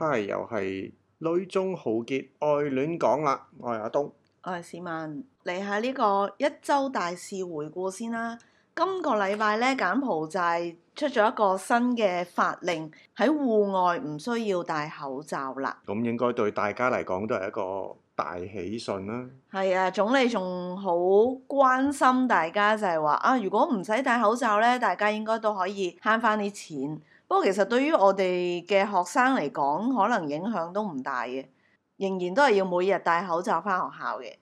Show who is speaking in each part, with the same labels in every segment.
Speaker 1: 為又係女中豪傑愛戀港啦，我係阿東。
Speaker 2: 我係市民，嚟下呢個一周大事回顧先啦。今個禮拜咧，柬埔寨出咗一個新嘅法令，喺戶外唔需要戴口罩啦。
Speaker 1: 咁應該對大家嚟講都係一個大喜訊啦。
Speaker 2: 係啊，總理仲好關心大家，就係話啊，如果唔使戴口罩咧，大家應該都可以慳翻啲錢。不過其實對於我哋嘅學生嚟講，可能影響都唔大嘅，仍然都係要每日戴口罩翻學校嘅。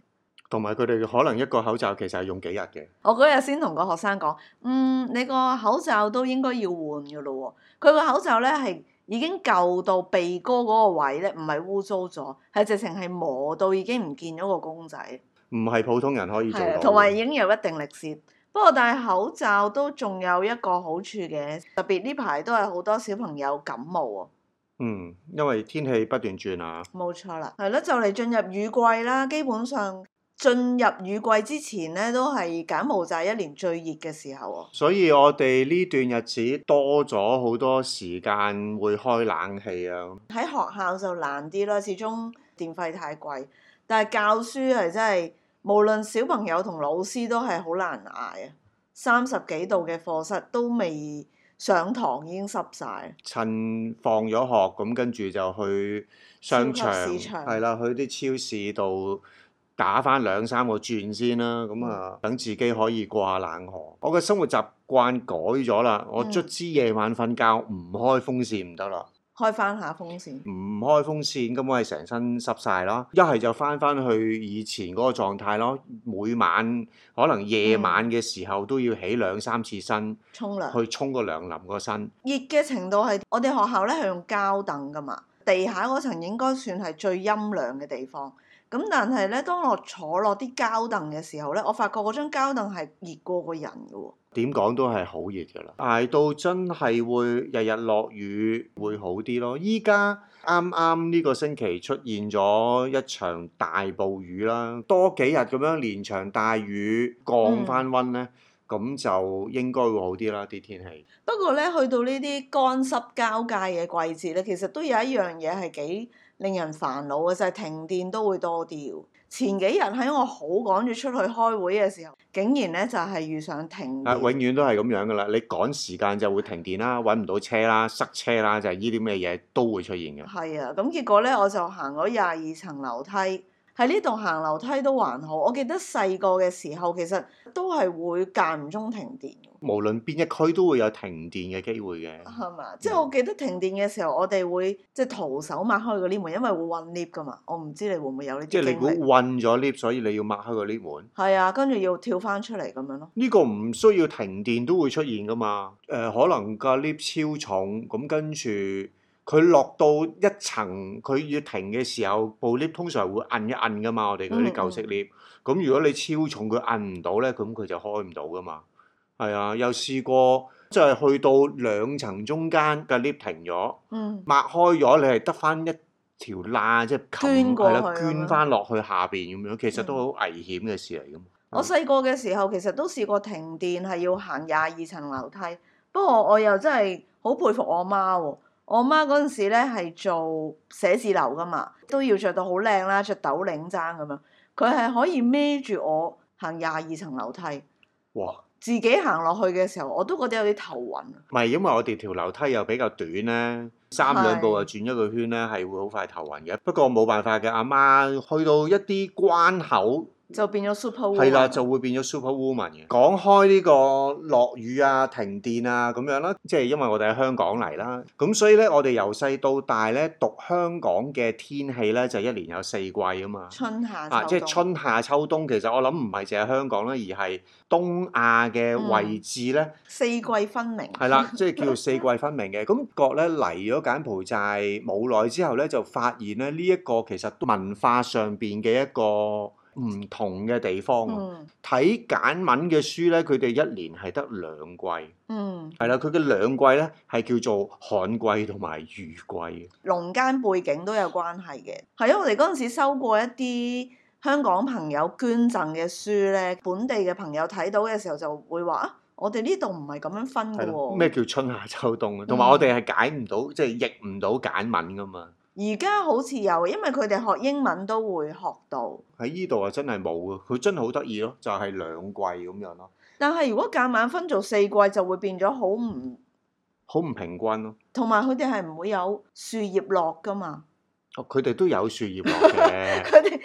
Speaker 1: 同埋佢哋可能一個口罩其實係用幾日嘅，
Speaker 2: 我嗰日先同個學生講，嗯，你個口罩都應該要換嘅咯喎。佢個口罩咧係已經舊到鼻哥嗰個位咧，唔係污糟咗，係直情係磨到已經唔見咗個公仔。
Speaker 1: 唔係普通人可以做
Speaker 2: 係
Speaker 1: 到
Speaker 2: 啊，同埋已
Speaker 1: 嘅。
Speaker 2: 經有一定歷史。不過戴口罩都仲有一個好處嘅，特別呢排都係好多小朋友感冒啊。
Speaker 1: 嗯，因為天氣不斷轉啊，
Speaker 2: 冇錯啦，係咯，就嚟進入雨季啦。基本上進入雨季之前咧，都係柬埔寨一年最熱嘅時候喎。
Speaker 1: 所以我哋呢段日子多咗好多時間會開冷氣啊。
Speaker 2: 喺學校就難啲啦，始終電費太貴。但係教書係真係，無論小朋友同老師都係好難捱啊！三十幾度嘅課室都未上堂已經濕晒。
Speaker 1: 趁放咗學咁，跟住就去商場，
Speaker 2: 超級市場
Speaker 1: 係啦，去啲超市度打翻兩三個轉先啦。咁
Speaker 2: 嗯
Speaker 1: 啊，等自己可以掛冷河。我嘅生活習慣改咗啦，我
Speaker 2: 嗯
Speaker 1: 卒之夜晚瞓覺唔開風扇唔得啦，
Speaker 2: 開翻下風扇。
Speaker 1: 唔開風扇咁我係成身濕晒啦。一係就翻翻去以前嗰個狀態咯。每晚可能
Speaker 2: 嗯
Speaker 1: 夜晚嘅時候都要起兩三次身
Speaker 2: 沖涼。
Speaker 1: 去沖個涼淋個身。
Speaker 2: 熱嘅程度係我哋學校咧係用膠凳噶嘛，地下嗰層應該算係最陰涼嘅地方。咁但係咧，當我坐落啲膠凳嘅時候咧，我發覺嗰張膠凳係熱過個人嘅喎。
Speaker 1: 點講都係好熱㗎啦，捱到真係會日日落雨會好啲咯。依家啱啱呢個星期出現咗一場大暴雨啦，多幾日咁樣連場大雨降翻温呢，咁、就應該會好啲啦啲天氣。
Speaker 2: 不過咧，去到呢啲乾濕交界嘅季節咧，其實都有一樣嘢係幾令人煩惱嘅，就係、停電都會多啲喎。前幾日喺我好趕住出去開會嘅時候，竟然咧就係、遇上停
Speaker 1: 啊，永
Speaker 2: 電。
Speaker 1: 遠都係咁樣㗎啦，你趕時間就會停電啦，揾唔到車啦，塞車啦，就係呢啲咩嘢都會出現嘅。
Speaker 2: 係啊，咁結果咧我就行咗廿二層樓梯，喺呢度行樓梯都還好。我記得細個嘅時候，其實都係會間唔中停電，
Speaker 1: 無論邊一區都會有停電嘅機會嘅。
Speaker 2: 係嘛？即係我記得停電嘅時候，我哋會即係徒手抹開嗰啲門，因為會混 lift 噶嘛。我唔知你會唔會有呢
Speaker 1: 即
Speaker 2: 啲經
Speaker 1: 係你估
Speaker 2: 歷。
Speaker 1: 混咗 lift，所以你要抹開個 lift 門。
Speaker 2: 係啊，跟住要跳翻出嚟咁樣咯。
Speaker 1: 呢個唔需要停電都會出現噶嘛？誒、可能架 lift 超重，咁跟住佢落到一層，佢要停嘅時候，部 lift 通常會摁一摁噶嘛。我哋嗰啲
Speaker 2: 嗯
Speaker 1: 舊式 lift，咁、如果你超重佢摁唔到咧，咁佢就開唔到噶嘛。係啊，又試過即係去到兩層中間嘅 lift 停咗，
Speaker 2: 嗯，
Speaker 1: 抹開咗，你係得翻一條罅，即係
Speaker 2: 捐
Speaker 1: 冚
Speaker 2: 過
Speaker 1: 係
Speaker 2: 去
Speaker 1: 啦，
Speaker 2: 咁樣嗯
Speaker 1: 捐翻落去下邊咁樣，其實都好危險嘅事嚟噶嘛。
Speaker 2: 我細個嘅時候其實都試過停電，係要行廿二層樓梯。不過我又真係好佩服我媽喎、我媽嗰陣時咧係做寫字樓噶嘛，都要着到好靚啦，着斗領爭咁樣。佢係可以孭住我行廿二層樓梯，
Speaker 1: 哇！
Speaker 2: 自己行落去嘅時候，我都覺得有啲頭暈。啊
Speaker 1: 唔係，因為我哋條樓梯又比較短咧，三
Speaker 2: 係
Speaker 1: 兩步就轉一個圈咧，係會好快頭暈嘅。不過冇辦法嘅，阿媽去到一啲關口，
Speaker 2: 就變咗 super
Speaker 1: 係啦
Speaker 2: woman
Speaker 1: 就會變咗 super woman 嘅。講開呢個落雨啊、停電啊咁樣啦，即係因為我哋喺香港嚟啦，咁所以咧我哋由細到大咧讀香港嘅天氣咧，就一年有四季啊嘛。
Speaker 2: 春夏秋
Speaker 1: 啊，
Speaker 2: 冬，
Speaker 1: 即係春夏秋冬，其實我諗唔係淨係香港啦，而係東亞
Speaker 2: 嗯
Speaker 1: 嘅位置咧。
Speaker 2: 四季分明。
Speaker 1: 係 啦， 即係叫四季分明嘅。咁國咧嚟咗柬埔寨冇耐之後咧，就發現咧呢一個其實都文化上邊嘅一個唔同嘅地方喎。
Speaker 2: 嗯
Speaker 1: 睇簡文嘅書咧，佢哋一年係得兩季，
Speaker 2: 嗯，
Speaker 1: 係啦，佢嘅兩季咧係叫做旱季同埋雨季嘅。
Speaker 2: 農間背景都有關係嘅。係啊，我哋嗰陣時收過一啲香港朋友捐贈嘅書咧，本地嘅朋友睇到嘅時候就會話啊，我哋呢度唔係咁樣分
Speaker 1: 係
Speaker 2: 嘅
Speaker 1: 啦，
Speaker 2: 喎。
Speaker 1: 咩叫春夏秋冬啊？同埋我哋係解唔到，即係譯唔到簡文噶嘛。
Speaker 2: 而家好似有，因為佢哋學英文都會學到。
Speaker 1: 喺依度啊，真係冇啊！佢真係好得意咯，就係、兩季咁樣咯，
Speaker 2: 但係如果夾晚分做四季，就會變咗好唔，
Speaker 1: 好唔平均咯。
Speaker 2: 同埋佢哋係唔會有樹葉落噶嘛。
Speaker 1: 哦佢哋都有樹葉落嘅，
Speaker 2: 佢哋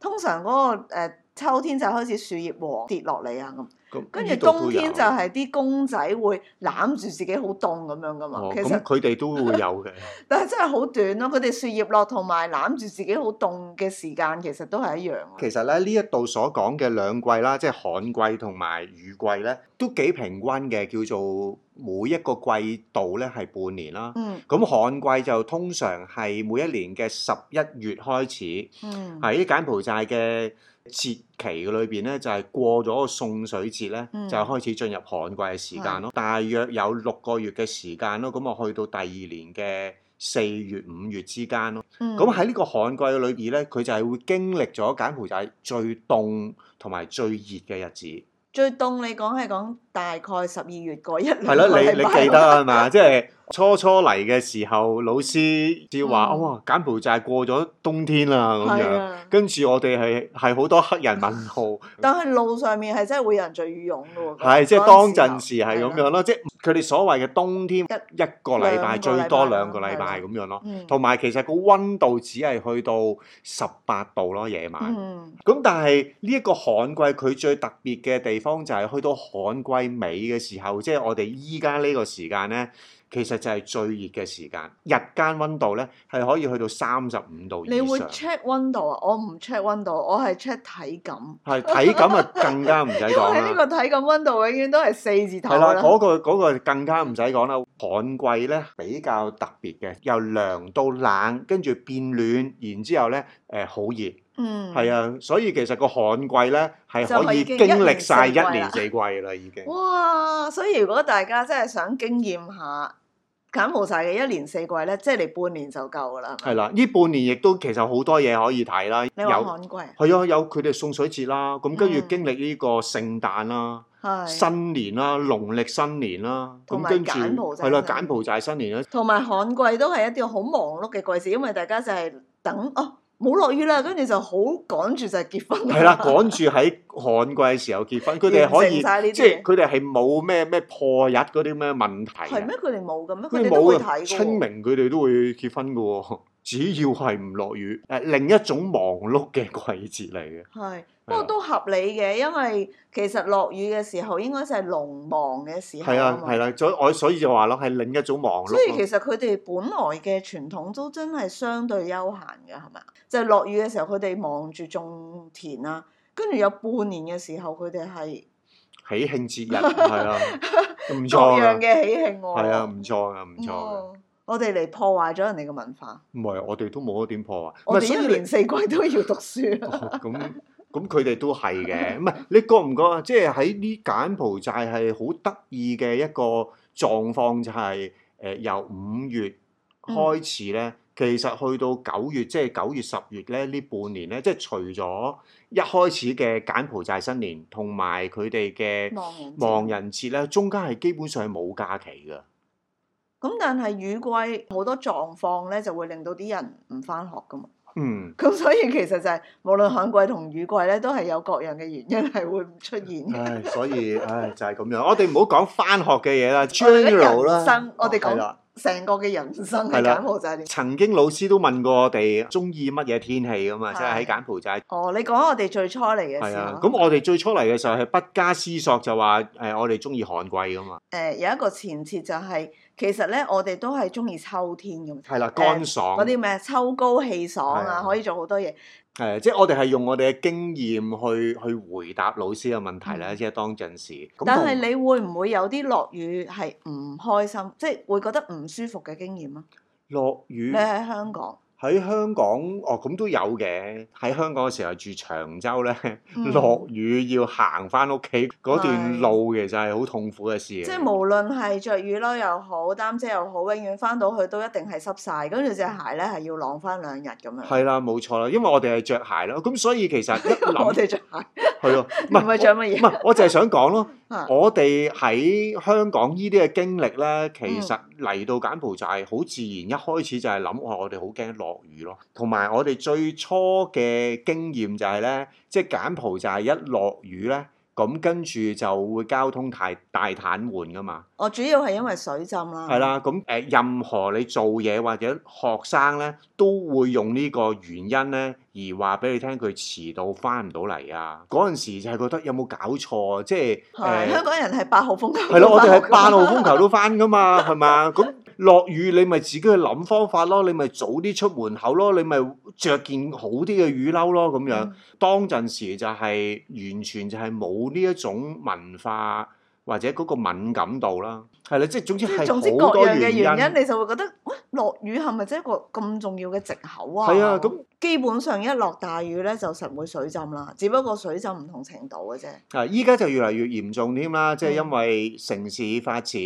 Speaker 2: 通常嗰、個、呃、秋天就開始樹葉黃跌落嚟啊咁，
Speaker 1: 咁
Speaker 2: 跟
Speaker 1: 呢
Speaker 2: 住
Speaker 1: 度都
Speaker 2: 冬
Speaker 1: 有
Speaker 2: 天就係啲公仔會攬住自己好凍咁樣噶嘛。
Speaker 1: 哦，
Speaker 2: 其
Speaker 1: 咁
Speaker 2: 實
Speaker 1: 佢哋都會有嘅。
Speaker 2: 但係真係好短咯，佢哋樹葉落同埋攬住自己好凍嘅時間其實都係一樣啊
Speaker 1: 其
Speaker 2: 嘅。
Speaker 1: 實咧，呢一度所講嘅兩季啦，即係旱季同埋雨季咧，都幾平均嘅，叫做每一個季度咧係半年啦。
Speaker 2: 嗯
Speaker 1: 咁旱季就通常係每一年嘅十一月開始，
Speaker 2: 嗯
Speaker 1: 喺柬埔寨嘅節期裏邊咧，就係、過咗個送水節咧，
Speaker 2: 嗯
Speaker 1: 就開始進入旱季嘅時間咯。大約有六個月嘅時間咯，咁啊去到第二年嘅四月五月之間咯。
Speaker 2: 嗯
Speaker 1: 咁喺呢個旱季嘅裏邊咧，佢就係會經歷咗柬埔寨最凍同埋最熱嘅日子。
Speaker 2: 最凍你講係講大概十二月嗰一兩
Speaker 1: 係咯，
Speaker 2: 個
Speaker 1: 你
Speaker 2: 禮
Speaker 1: 你
Speaker 2: 拜
Speaker 1: 記得啊嘛？ 即係初初嚟嘅時候，老師至話：
Speaker 2: 嗯
Speaker 1: 哇，柬埔寨過咗冬天啦咁
Speaker 2: 係
Speaker 1: 樣。
Speaker 2: 啊，
Speaker 1: 跟住我哋係係好多黑人問號，
Speaker 2: 但係路上面係真係會有人著羽絨嘅喎。
Speaker 1: 係即係當
Speaker 2: 嗰
Speaker 1: 陣
Speaker 2: 時啊
Speaker 1: 時係
Speaker 2: 候
Speaker 1: 咁樣。咯，即係佢哋所謂嘅冬天一個禮拜
Speaker 2: 兩個禮拜
Speaker 1: 最多兩個
Speaker 2: 啦
Speaker 1: 禮拜
Speaker 2: 係
Speaker 1: 咁樣咯。
Speaker 2: 嗯
Speaker 1: 同埋其實個温度只係去到十八度咯，夜晚。
Speaker 2: 嗯
Speaker 1: 咁但係呢一個旱季佢最特別嘅地方就係去到旱季尾嘅時候，即係我哋依家呢個時間呢，其實就係最熱嘅時間，日間温度呢係可以去到三十五度以
Speaker 2: 你會
Speaker 1: 上，
Speaker 2: check 温度啊？我唔 check 温度，我係 check 體感。
Speaker 1: 係體感啊更加唔使
Speaker 2: 因為
Speaker 1: 講
Speaker 2: 呢
Speaker 1: 啦。
Speaker 2: 個體感温度永遠都係四字頭
Speaker 1: 係啦，
Speaker 2: 啦。
Speaker 1: 嗰、個嗰個更加唔使講啦。旱季呢比較特別嘅，由涼到冷，跟住變暖，然之後呢誒好熱。
Speaker 2: 嗯，
Speaker 1: 係啊，所以其實個旱季咧係
Speaker 2: 就
Speaker 1: 可以
Speaker 2: 已
Speaker 1: 經
Speaker 2: 經
Speaker 1: 歷晒一
Speaker 2: 一年四
Speaker 1: 年四
Speaker 2: 季啦
Speaker 1: 季啦，已經。
Speaker 2: 哇！所以如果大家真係想經驗下柬埔寨嘅一年四季咧，即係你半年就夠噶啦。係咪
Speaker 1: 係啦，呢半年亦都其實好多嘢可以睇啦，
Speaker 2: 你話
Speaker 1: 有
Speaker 2: 旱季啊
Speaker 1: 係啊，有佢哋送水節啦，咁跟住
Speaker 2: 嗯
Speaker 1: 經歷呢個聖誕啦、
Speaker 2: 係，
Speaker 1: 新年啦、農曆新年啦，
Speaker 2: 同
Speaker 1: 咁
Speaker 2: 埋
Speaker 1: 跟住
Speaker 2: 柬埔寨
Speaker 1: 係啦，
Speaker 2: 新年
Speaker 1: 柬埔寨新年啦，
Speaker 2: 同埋旱季都係一啲好忙碌嘅季節，因為大家就係等哦冇落雨啦，跟住就好趕住就係結婚。
Speaker 1: 係啦，趕住喺旱季嘅時候結婚，佢哋可以
Speaker 2: 完成晒呢啲嘢
Speaker 1: 即係佢哋係冇咩咩破日嗰啲咩問題嘅。
Speaker 2: 係咩？佢哋冇嘅咩？
Speaker 1: 啊佢
Speaker 2: 佢哋都會
Speaker 1: 冇
Speaker 2: 睇
Speaker 1: 啊，
Speaker 2: 嘅
Speaker 1: 清
Speaker 2: 喎。
Speaker 1: 明佢哋都會結婚嘅喎， 只要係唔落雨，誒、另一種忙碌嘅季節嚟嘅。
Speaker 2: 係，不過都合理嘅，因為其實落雨嘅時候應該就係農忙嘅時候
Speaker 1: 係
Speaker 2: 啊
Speaker 1: 啊，
Speaker 2: 嘛
Speaker 1: 係。啦、所以我所以就話咯，係另一種忙碌
Speaker 2: 所以
Speaker 1: 咯。
Speaker 2: 其實佢哋本來嘅傳統都真係相對休閒嘅，係咪？啊就係落雨嘅時候，佢哋望住種田啦，跟住有半年嘅時候，佢哋係
Speaker 1: 喜慶節 日係啊，唔
Speaker 2: 各
Speaker 1: 錯
Speaker 2: 樣
Speaker 1: 㗎，
Speaker 2: 嘅喜慶喎。
Speaker 1: 係啊，唔錯㗎，唔錯㗎。
Speaker 2: 哦我哋嚟破壞咗人哋嘅文化，
Speaker 1: 唔係我哋都冇一點破壞，唔
Speaker 2: 我
Speaker 1: 係
Speaker 2: 哋
Speaker 1: 所以
Speaker 2: 一
Speaker 1: 你
Speaker 2: 年四季都要讀書。
Speaker 1: 哦 咁。咁佢哋都係嘅，唔係你覺唔覺啊？即係喺呢柬埔寨係好得意嘅一個狀況，就係、呃由五月開始咧，其實去到九月，即係九月十月咧呢半年咧，即係除咗一開始嘅柬埔寨新年同埋佢哋嘅 亡
Speaker 2: 望人節
Speaker 1: 人節咧，中間係基本上係冇假期㗎。
Speaker 2: 咁，但係雨季好多狀況咧，就會令到啲人唔翻學噶嘛。
Speaker 1: 嗯，
Speaker 2: 咁所以其實就係、無論旱季同雨季咧，都係有各樣嘅原因係會出現嘅。
Speaker 1: 唉，所以唉就係、咁樣。我哋唔好講翻學嘅嘢啦
Speaker 2: 我哋嘅
Speaker 1: ，general 啦，
Speaker 2: 人生，我哋
Speaker 1: 係啦
Speaker 2: 講成個嘅人生
Speaker 1: 係
Speaker 2: 係
Speaker 1: 啦
Speaker 2: 柬埔寨點？
Speaker 1: 曾經老師都問過我哋中意乜嘢天氣噶嘛，
Speaker 2: 係
Speaker 1: 即係喺柬埔寨。
Speaker 2: 哦，你講我哋最初嚟嘅
Speaker 1: 係
Speaker 2: 時
Speaker 1: 啊
Speaker 2: 候，，
Speaker 1: 咁
Speaker 2: 誒、
Speaker 1: 我哋最初嚟嘅時候係不加思索就話誒、我哋中意旱季噶嘛，
Speaker 2: 有一個前設就係、其實咧，我哋都係中意秋天咁，
Speaker 1: 係啦，乾爽，
Speaker 2: 嗰
Speaker 1: 係、
Speaker 2: 啲咩秋高氣爽
Speaker 1: 係啊
Speaker 2: 啊，可以做好多嘢。
Speaker 1: 即係我哋係用我哋嘅經驗去去回答老師嘅問題啦，
Speaker 2: 嗯
Speaker 1: 即係當陣時。咁
Speaker 2: 但
Speaker 1: 同
Speaker 2: 係你會唔會有啲落雨係唔開心，即係會覺得唔舒服嘅經驗啊？
Speaker 1: 落雨
Speaker 2: 你喺香港，
Speaker 1: 喺香港，哦咁都有嘅。喺香港嘅時候住長洲咧，
Speaker 2: 嗯
Speaker 1: 落、雨啊要行翻屋企嗰段
Speaker 2: 係
Speaker 1: 路，其實係好痛苦嘅事嚟嘅。
Speaker 2: 即係無論係着雨褸又好，擔遮又好，永遠翻到去都一定係濕晒，跟住隻鞋咧係要晾翻兩日咁樣。
Speaker 1: 係啦，冇錯啦，因為我哋係着鞋啦，咁所以其實一諗
Speaker 2: 我哋着鞋。
Speaker 1: 係係啊，唔
Speaker 2: 唔係
Speaker 1: 係
Speaker 2: 做
Speaker 1: 我
Speaker 2: 乜
Speaker 1: 唔
Speaker 2: 嘢
Speaker 1: 係，我就係想講咯。
Speaker 2: 啊
Speaker 1: 我哋喺香港呢啲嘅經歷咧，其實
Speaker 2: 嗯
Speaker 1: 嚟到柬埔寨好自然，一開始就係諗哇，我哋好驚落雨咯。同埋我哋最初嘅經驗就係咧，即係柬埔寨一落雨咧，咁跟住就會交通太大癱瘓噶嘛。
Speaker 2: 我主要係因為水浸啦。
Speaker 1: 係啦，咁誒、呃任何你做嘢或者學生咧，都會用呢個原因咧而話俾你聽，佢遲到翻唔到嚟啊！嗰陣時就係覺得有冇搞錯啊？即係
Speaker 2: 係，
Speaker 1: 誒
Speaker 2: 香港人係八號風球。
Speaker 1: 係咯，我哋係
Speaker 2: 九
Speaker 1: 八號風球都翻噶嘛，係 嘛？咁落雨你咪自己去諗方法咯，你咪早啲出門口咯，你咪着件好啲嘅雨褸咯，咁樣。
Speaker 2: 嗯
Speaker 1: 當陣時就係完全就係冇呢一種文化或者嗰個敏感度啦，係啦，即係總之
Speaker 2: 即係
Speaker 1: 係
Speaker 2: 總之各
Speaker 1: 好多
Speaker 2: 樣嘅
Speaker 1: 原因。
Speaker 2: 原因，你就會覺得喂落雨係咪真係一個咁重要嘅藉口啊？
Speaker 1: 係啊咁
Speaker 2: 基本上一落大雨咧就實會水浸啦，只不過水浸唔同程度嘅啫。
Speaker 1: 啊！依家就越嚟越嚴重添啦，即係
Speaker 2: 嗯
Speaker 1: 因為城市發展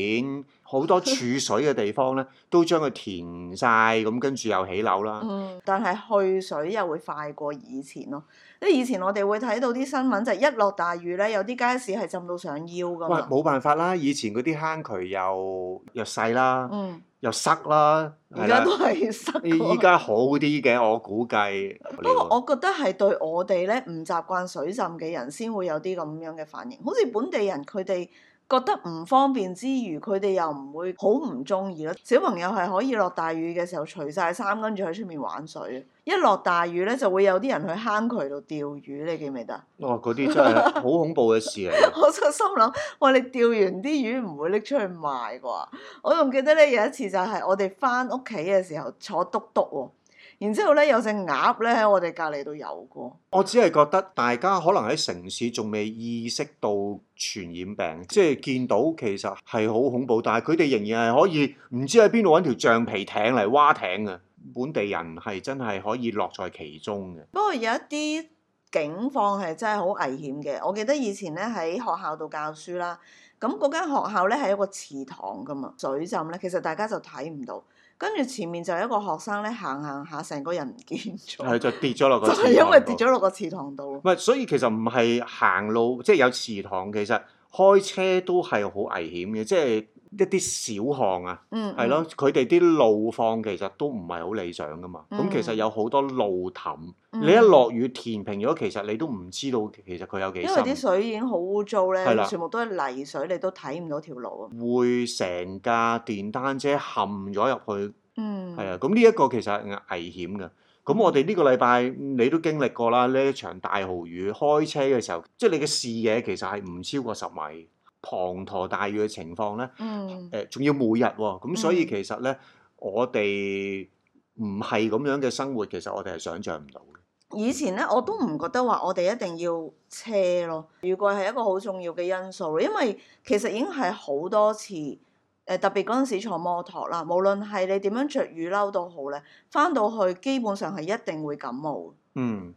Speaker 1: 好多儲水嘅地方咧， 都將佢填晒，咁跟住又起樓啦。
Speaker 2: 嗯，但係去水又會快過以前咯。即係以前我哋會睇到啲新聞就係一落大雨咧，有啲街市係浸到上腰噶
Speaker 1: 喂，
Speaker 2: 嘛。
Speaker 1: 冇啊辦法啦！以前嗰啲坑渠又又細啦，
Speaker 2: 嗯，
Speaker 1: 又塞啦，係
Speaker 2: 而家
Speaker 1: 啦
Speaker 2: 都。係塞過。
Speaker 1: 依家好啲嘅，我估計。不
Speaker 2: 不過我覺得係對我哋咧唔習慣水浸嘅人先會有啲咁樣嘅反應，好似本地人佢哋覺得唔方便之餘，佢哋又唔會好唔中意咯。小朋友係可以落大雨嘅時候除晒衫，跟住喺出面玩水。一落大雨咧，就會有啲人去坑渠度釣魚，你記唔記得？
Speaker 1: 哦，嗰啲真係好恐怖嘅事嚟嘅。
Speaker 2: 我就心諗，喂，你釣完啲魚唔會拎出去賣啩？我仲記得咧有一次就係我哋翻屋企嘅時候坐篤篤喎，然之後咧有隻鴨咧喺我哋隔離度游過。
Speaker 1: 我只係覺得大家可能喺城市仲未意識到傳染病，即係見到其實係好恐怖，但係佢哋仍然係可以唔知喺邊度揾條橡皮艇嚟蛙艇嘅。本地人係真係可以樂在其中嘅。
Speaker 2: 不過有一啲境況係真係好危險嘅。我記得以前咧喺學校度教書啦，咁嗰間學校咧係一個池塘噶嘛，水浸咧其實大家就睇唔到，跟住前面就有一個學生咧行行下，成個人唔見咗，
Speaker 1: 係就跌咗落
Speaker 2: 就
Speaker 1: 個池塘
Speaker 2: 係
Speaker 1: 度。
Speaker 2: 因為跌咗落個池塘度咯。
Speaker 1: 唔係，所以其實唔係行路，即係有池塘，其實開車都係好危險嘅，即係一啲小巷啊，
Speaker 2: 嗯，
Speaker 1: 係咯，佢哋啲路況其實都唔係好理想噶嘛。咁、
Speaker 2: 嗯
Speaker 1: 其實有好多路氹，
Speaker 2: 嗯，
Speaker 1: 你一落雨填平咗，其實你都唔知道其實佢有幾
Speaker 2: 因為啲
Speaker 1: 深，
Speaker 2: 水已經好污糟咧
Speaker 1: 係啦，
Speaker 2: 全部都係泥水，你都睇唔到條路啊。
Speaker 1: 會成架電單車陷咗入去，
Speaker 2: 嗯，
Speaker 1: 係啊。咁呢一個其實係危險嘅。咁我哋呢個禮拜嗯你都經歷過啦，呢一場大豪雨，開車嘅時候，即係你嘅視野其實係唔超過十米，滂沱大雨嘅情況咧。
Speaker 2: 嗯，
Speaker 1: 誒，仲要每日喎，咁所以
Speaker 2: 嗯
Speaker 1: 其實咧，我哋唔係咁樣嘅生活，其實我哋係想像唔到嘅。
Speaker 2: 以前咧我都唔覺得話我哋一定要車咯，雨季係一個好重要嘅因素咯，因為其實已經係好多次誒、呃特別嗰陣時坐摩托啦，無論係你點樣着雨褸都好咧，翻到去基本上係一定會感冒，
Speaker 1: 嗯，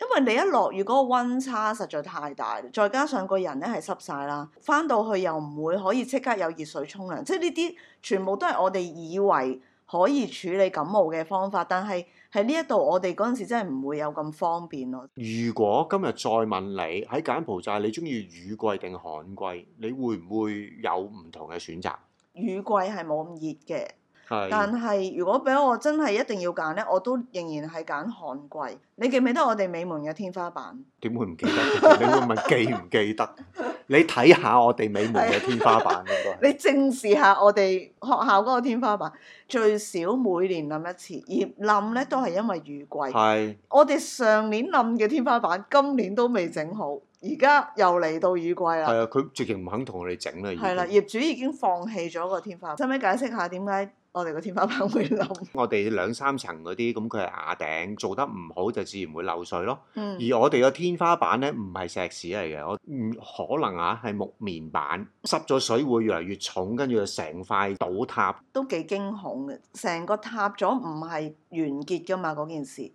Speaker 2: 因為你一落雨嗰個温差實在太大，再加上個人咧係濕晒啦，翻到去又唔會可以即刻有熱水沖涼，即係呢啲全部都係我哋以為可以處理感冒嘅方法，但係喺呢一度我哋嗰陣時真係唔會有咁方便咯。
Speaker 1: 如果今日再問你喺柬埔寨，你中意雨季定旱季？你會唔會有唔同嘅選擇？
Speaker 2: 雨季係冇咁熱嘅，但
Speaker 1: 係
Speaker 2: 係如果俾我真係一定要揀呢，我都仍然係揀旱季。你記唔記得我哋美門嘅天花板？
Speaker 1: 點會唔記得？你會問記唔記得？ 你睇下我哋美門嘅天花板應該
Speaker 2: 你
Speaker 1: 係。
Speaker 2: 正視下我哋學校嗰個天花板，最少每年冧一次，而冧呢都係因為雨季。
Speaker 1: 係
Speaker 2: 我哋上年冧嘅天花板，今年都未整好，而家又嚟到雨季啦。
Speaker 1: 係啊，佢直情唔肯同我哋整啦。已經
Speaker 2: 係啦，業主已經放棄咗個天花板。使唔使解釋下點解我哋個天花板會冧？
Speaker 1: 我哋兩三層嗰啲，咁佢係瓦頂，做得唔好就自然會漏水咯。
Speaker 2: 嗯
Speaker 1: 而我哋個天花板咧唔係石屎嚟嘅，我唔可能啊係木棉板，濕咗水會越嚟越重，跟住就成塊倒塌。
Speaker 2: 都幾驚恐嘅，成個塌咗唔係完結㗎嘛嗰件事，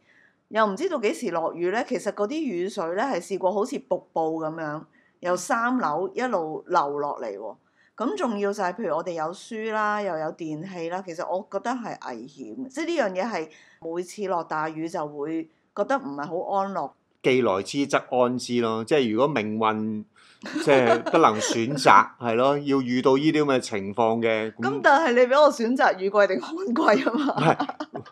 Speaker 2: 又唔知道幾時落雨咧。其實嗰啲雨水咧係試過好似瀑布咁樣，由三樓一路流落嚟喎。咁仲要就係譬如我哋有書啦，又有電器啦，其實我覺得係危險嘅，即係呢樣嘢係每次落大雨就會覺得唔係好安樂。
Speaker 1: 既來之則安之咯，即係如果命運即係不能選擇，係咯，要遇到呢啲咁嘅情況嘅，
Speaker 2: 咁
Speaker 1: 咁
Speaker 2: 但係你俾我選擇雨季定旱季啊嘛，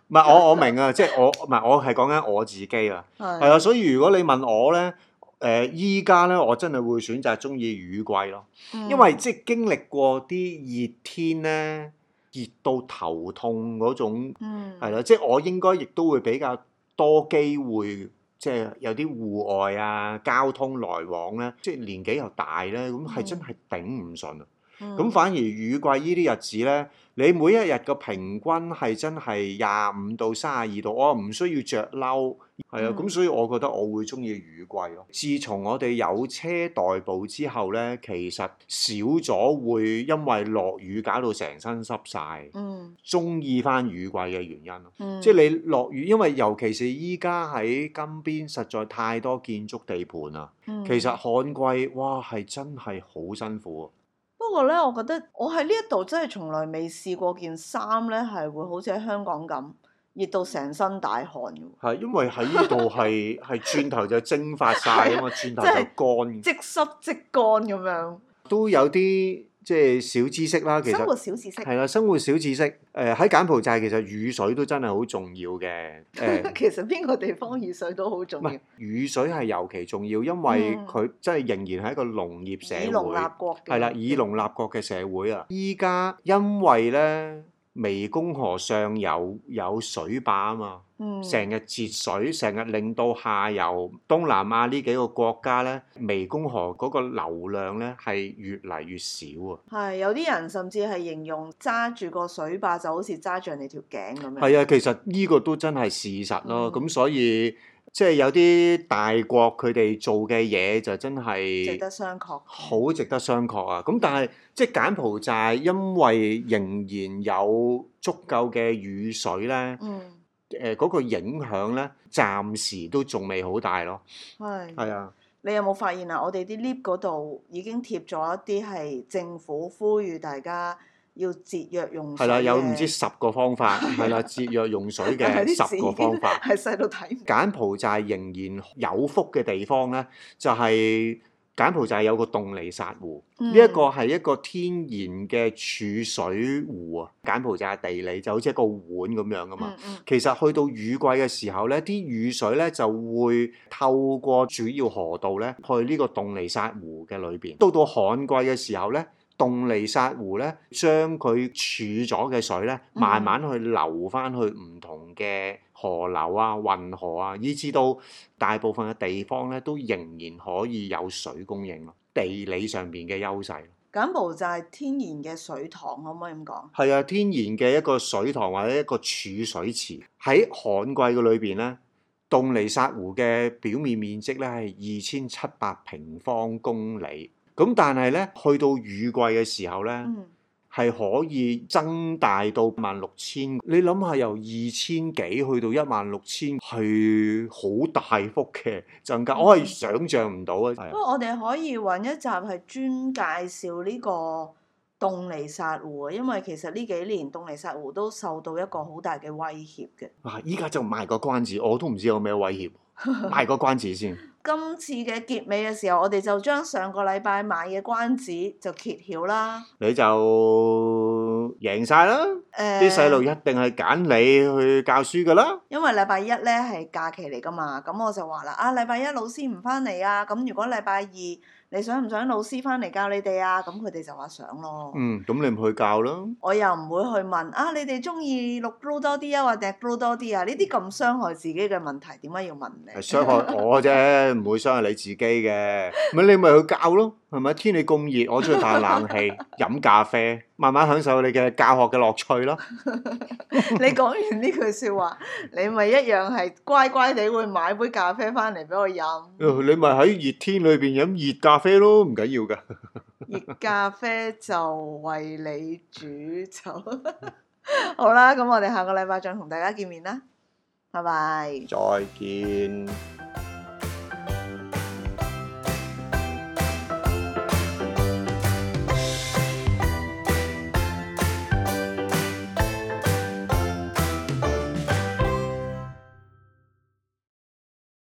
Speaker 1: 唔係我我明啊，即係我唔係我係講緊我自己啊，係
Speaker 2: 係
Speaker 1: 啊，所以如果你問我咧，誒依家咧我真係會選擇中意雨季咯，
Speaker 2: 嗯
Speaker 1: 因為即係經歷過啲熱天咧，熱到頭痛嗰種
Speaker 2: 嗯
Speaker 1: 係啦，啊即係我應該亦都會比較多機會，即係有啲戶外啊、交通來往咧，即係年紀又大咧，咁係
Speaker 2: 嗯
Speaker 1: 真係頂唔順啊！咁、
Speaker 2: 咁
Speaker 1: 反而雨季呢啲日子咧，你每一日嘅平均係真係廿五到三十二度，我唔需要着褸，係啊，
Speaker 2: 嗯
Speaker 1: 咁、所以我覺得我會中意雨季咯。自從我哋有車代步之後咧，其實少咗會因為落雨搞到成身濕晒，
Speaker 2: 嗯
Speaker 1: 中意翻雨季嘅原因咯。
Speaker 2: 嗯
Speaker 1: 即係你落雨，因為尤其是依家喺金邊，實在太多建築地盤啦。
Speaker 2: 你
Speaker 1: 其實旱季，哇，係真係好辛苦啊
Speaker 2: 不過咧，我覺得我喺呢一度真係從來未試過件衫咧係會好似喺香港咁熱到成身大汗嘅喎，
Speaker 1: 啊。係因為喺呢度 係係轉頭就蒸發晒啊嘛，轉頭
Speaker 2: 真係
Speaker 1: 就乾，
Speaker 2: 即濕即乾咁樣。
Speaker 1: 都有啲即係小知識啦。其
Speaker 2: 生活
Speaker 1: 實
Speaker 2: 小知識，
Speaker 1: 係啦，生活小知識。誒、喺柬埔寨其實雨水都真係好重要嘅。誒、
Speaker 2: 其實邊個地方雨水都好重
Speaker 1: 唔
Speaker 2: 要
Speaker 1: 係，雨水係尤其重要，因為
Speaker 2: 嗯
Speaker 1: 佢真係仍然係一個農業社
Speaker 2: 以農
Speaker 1: 會。
Speaker 2: 立國嘅。
Speaker 1: 係啦，以農立國嘅社會啊，依家因為咧湄公河上游有水壩啊嘛，
Speaker 2: 嗯
Speaker 1: 成日節水，成日令到下游東南亞呢幾個國家咧，湄公河嗰個流量咧係越嚟越少啊。
Speaker 2: 係有啲人甚至係形容揸住個水壩就好似揸住人哋條頸咁樣。
Speaker 1: 係啊，其實呢個都真係事實咯。
Speaker 2: 嗯
Speaker 1: 咁、所以即係有啲大國佢哋做嘅嘢就真
Speaker 2: 值
Speaker 1: 係
Speaker 2: 得商榷。
Speaker 1: 好值得商榷啊！咁但係即係柬埔寨，因為仍然有足夠嘅雨水咧，
Speaker 2: 嗯，
Speaker 1: 誒、嗰、個影響咧，暫時都仲未好大咯。
Speaker 2: 係。
Speaker 1: 係啊，
Speaker 2: 你有冇發現啊？我哋啲 lift 嗰度已經貼咗一啲係政府呼籲大家要節約用
Speaker 1: 係
Speaker 2: 水
Speaker 1: 啦，
Speaker 2: 嘅。
Speaker 1: 有唔知十個方 法，係啦，節約用水嘅十個方法。
Speaker 2: 係細到睇唔
Speaker 1: 柬埔寨仍然有福嘅地方咧，就係、柬埔寨有個洞尼薩湖，呢
Speaker 2: 嗯
Speaker 1: 一、個係一個天然嘅儲水湖啊。柬埔寨嘅地理就好似一個碗咁樣噶嘛。
Speaker 2: 嗯嗯
Speaker 1: 其實去到雨季嘅時候咧，啲雨水咧就會透過主要河道咧去呢個洞尼薩湖嘅裏邊。到到旱季嘅時候咧，洞尼薩湖咧將佢儲咗嘅水咧，
Speaker 2: 嗯
Speaker 1: 慢慢去流翻去唔同嘅河流啊、運河啊，以至到大部分嘅地方咧都仍然可以有水供應咯。地理上邊嘅優勢，
Speaker 2: 柬埔寨天然嘅水塘可唔可以咁講？
Speaker 1: 係啊，天然嘅一個水塘或者一個儲水池，喺旱季嘅裏邊咧，洞尼薩湖嘅表面面積咧係二千七百平方公里。咁但係咧，去到雨季嘅時候咧，
Speaker 2: 嗯，
Speaker 1: 係可以增大到萬六千。你諗下，由二千幾去到一萬六千，係好大幅嘅增加，我係想像唔到啊！係
Speaker 2: 不
Speaker 1: 啊
Speaker 2: 過我哋可以揾一集係專介紹呢個洞尼薩湖啊，因為其實呢幾年洞尼薩湖都受到一個好大嘅威脅嘅。
Speaker 1: 哇！依家就賣個關子，我都唔知有咩威脅，賣個關子先。
Speaker 2: 今次嘅結尾嘅時候，我哋就將上個禮拜買嘅關子就揭曉啦。
Speaker 1: 你就贏晒啦！
Speaker 2: 誒、
Speaker 1: 啲細路一定係揀你去教書噶啦。
Speaker 2: 因為禮拜一咧係假期嚟噶嘛，咁我就話啦，啊禮拜一老師唔翻嚟啊，咁如果禮拜二你想唔想老師翻嚟教你哋啊？咁佢哋就話想咯。
Speaker 1: 嗯，咁你唔去教啦。
Speaker 2: 我又唔會去問啊，你哋中意綠 blue 多啲啊，或者 blue 多啲啊？呢啲咁傷害自己嘅問題，點解要問你？
Speaker 1: 係傷害我啫，唔會傷害你自己嘅。咪你咪去教咯，係咪？天氣咁熱，我出去嘆冷氣、飲咖啡，慢慢享受你嘅教學嘅樂趣咯。
Speaker 2: 你講完呢句説話，你咪一樣係乖乖地會買杯咖啡翻嚟俾我飲。
Speaker 1: 呃你咪喺熱天裏邊飲熱咖啡咯，唔緊要 㗎。
Speaker 2: 熱咖啡就為你煮酒。 好啦，咁我哋下個禮拜再同大家見面啦，拜拜。
Speaker 1: 再見。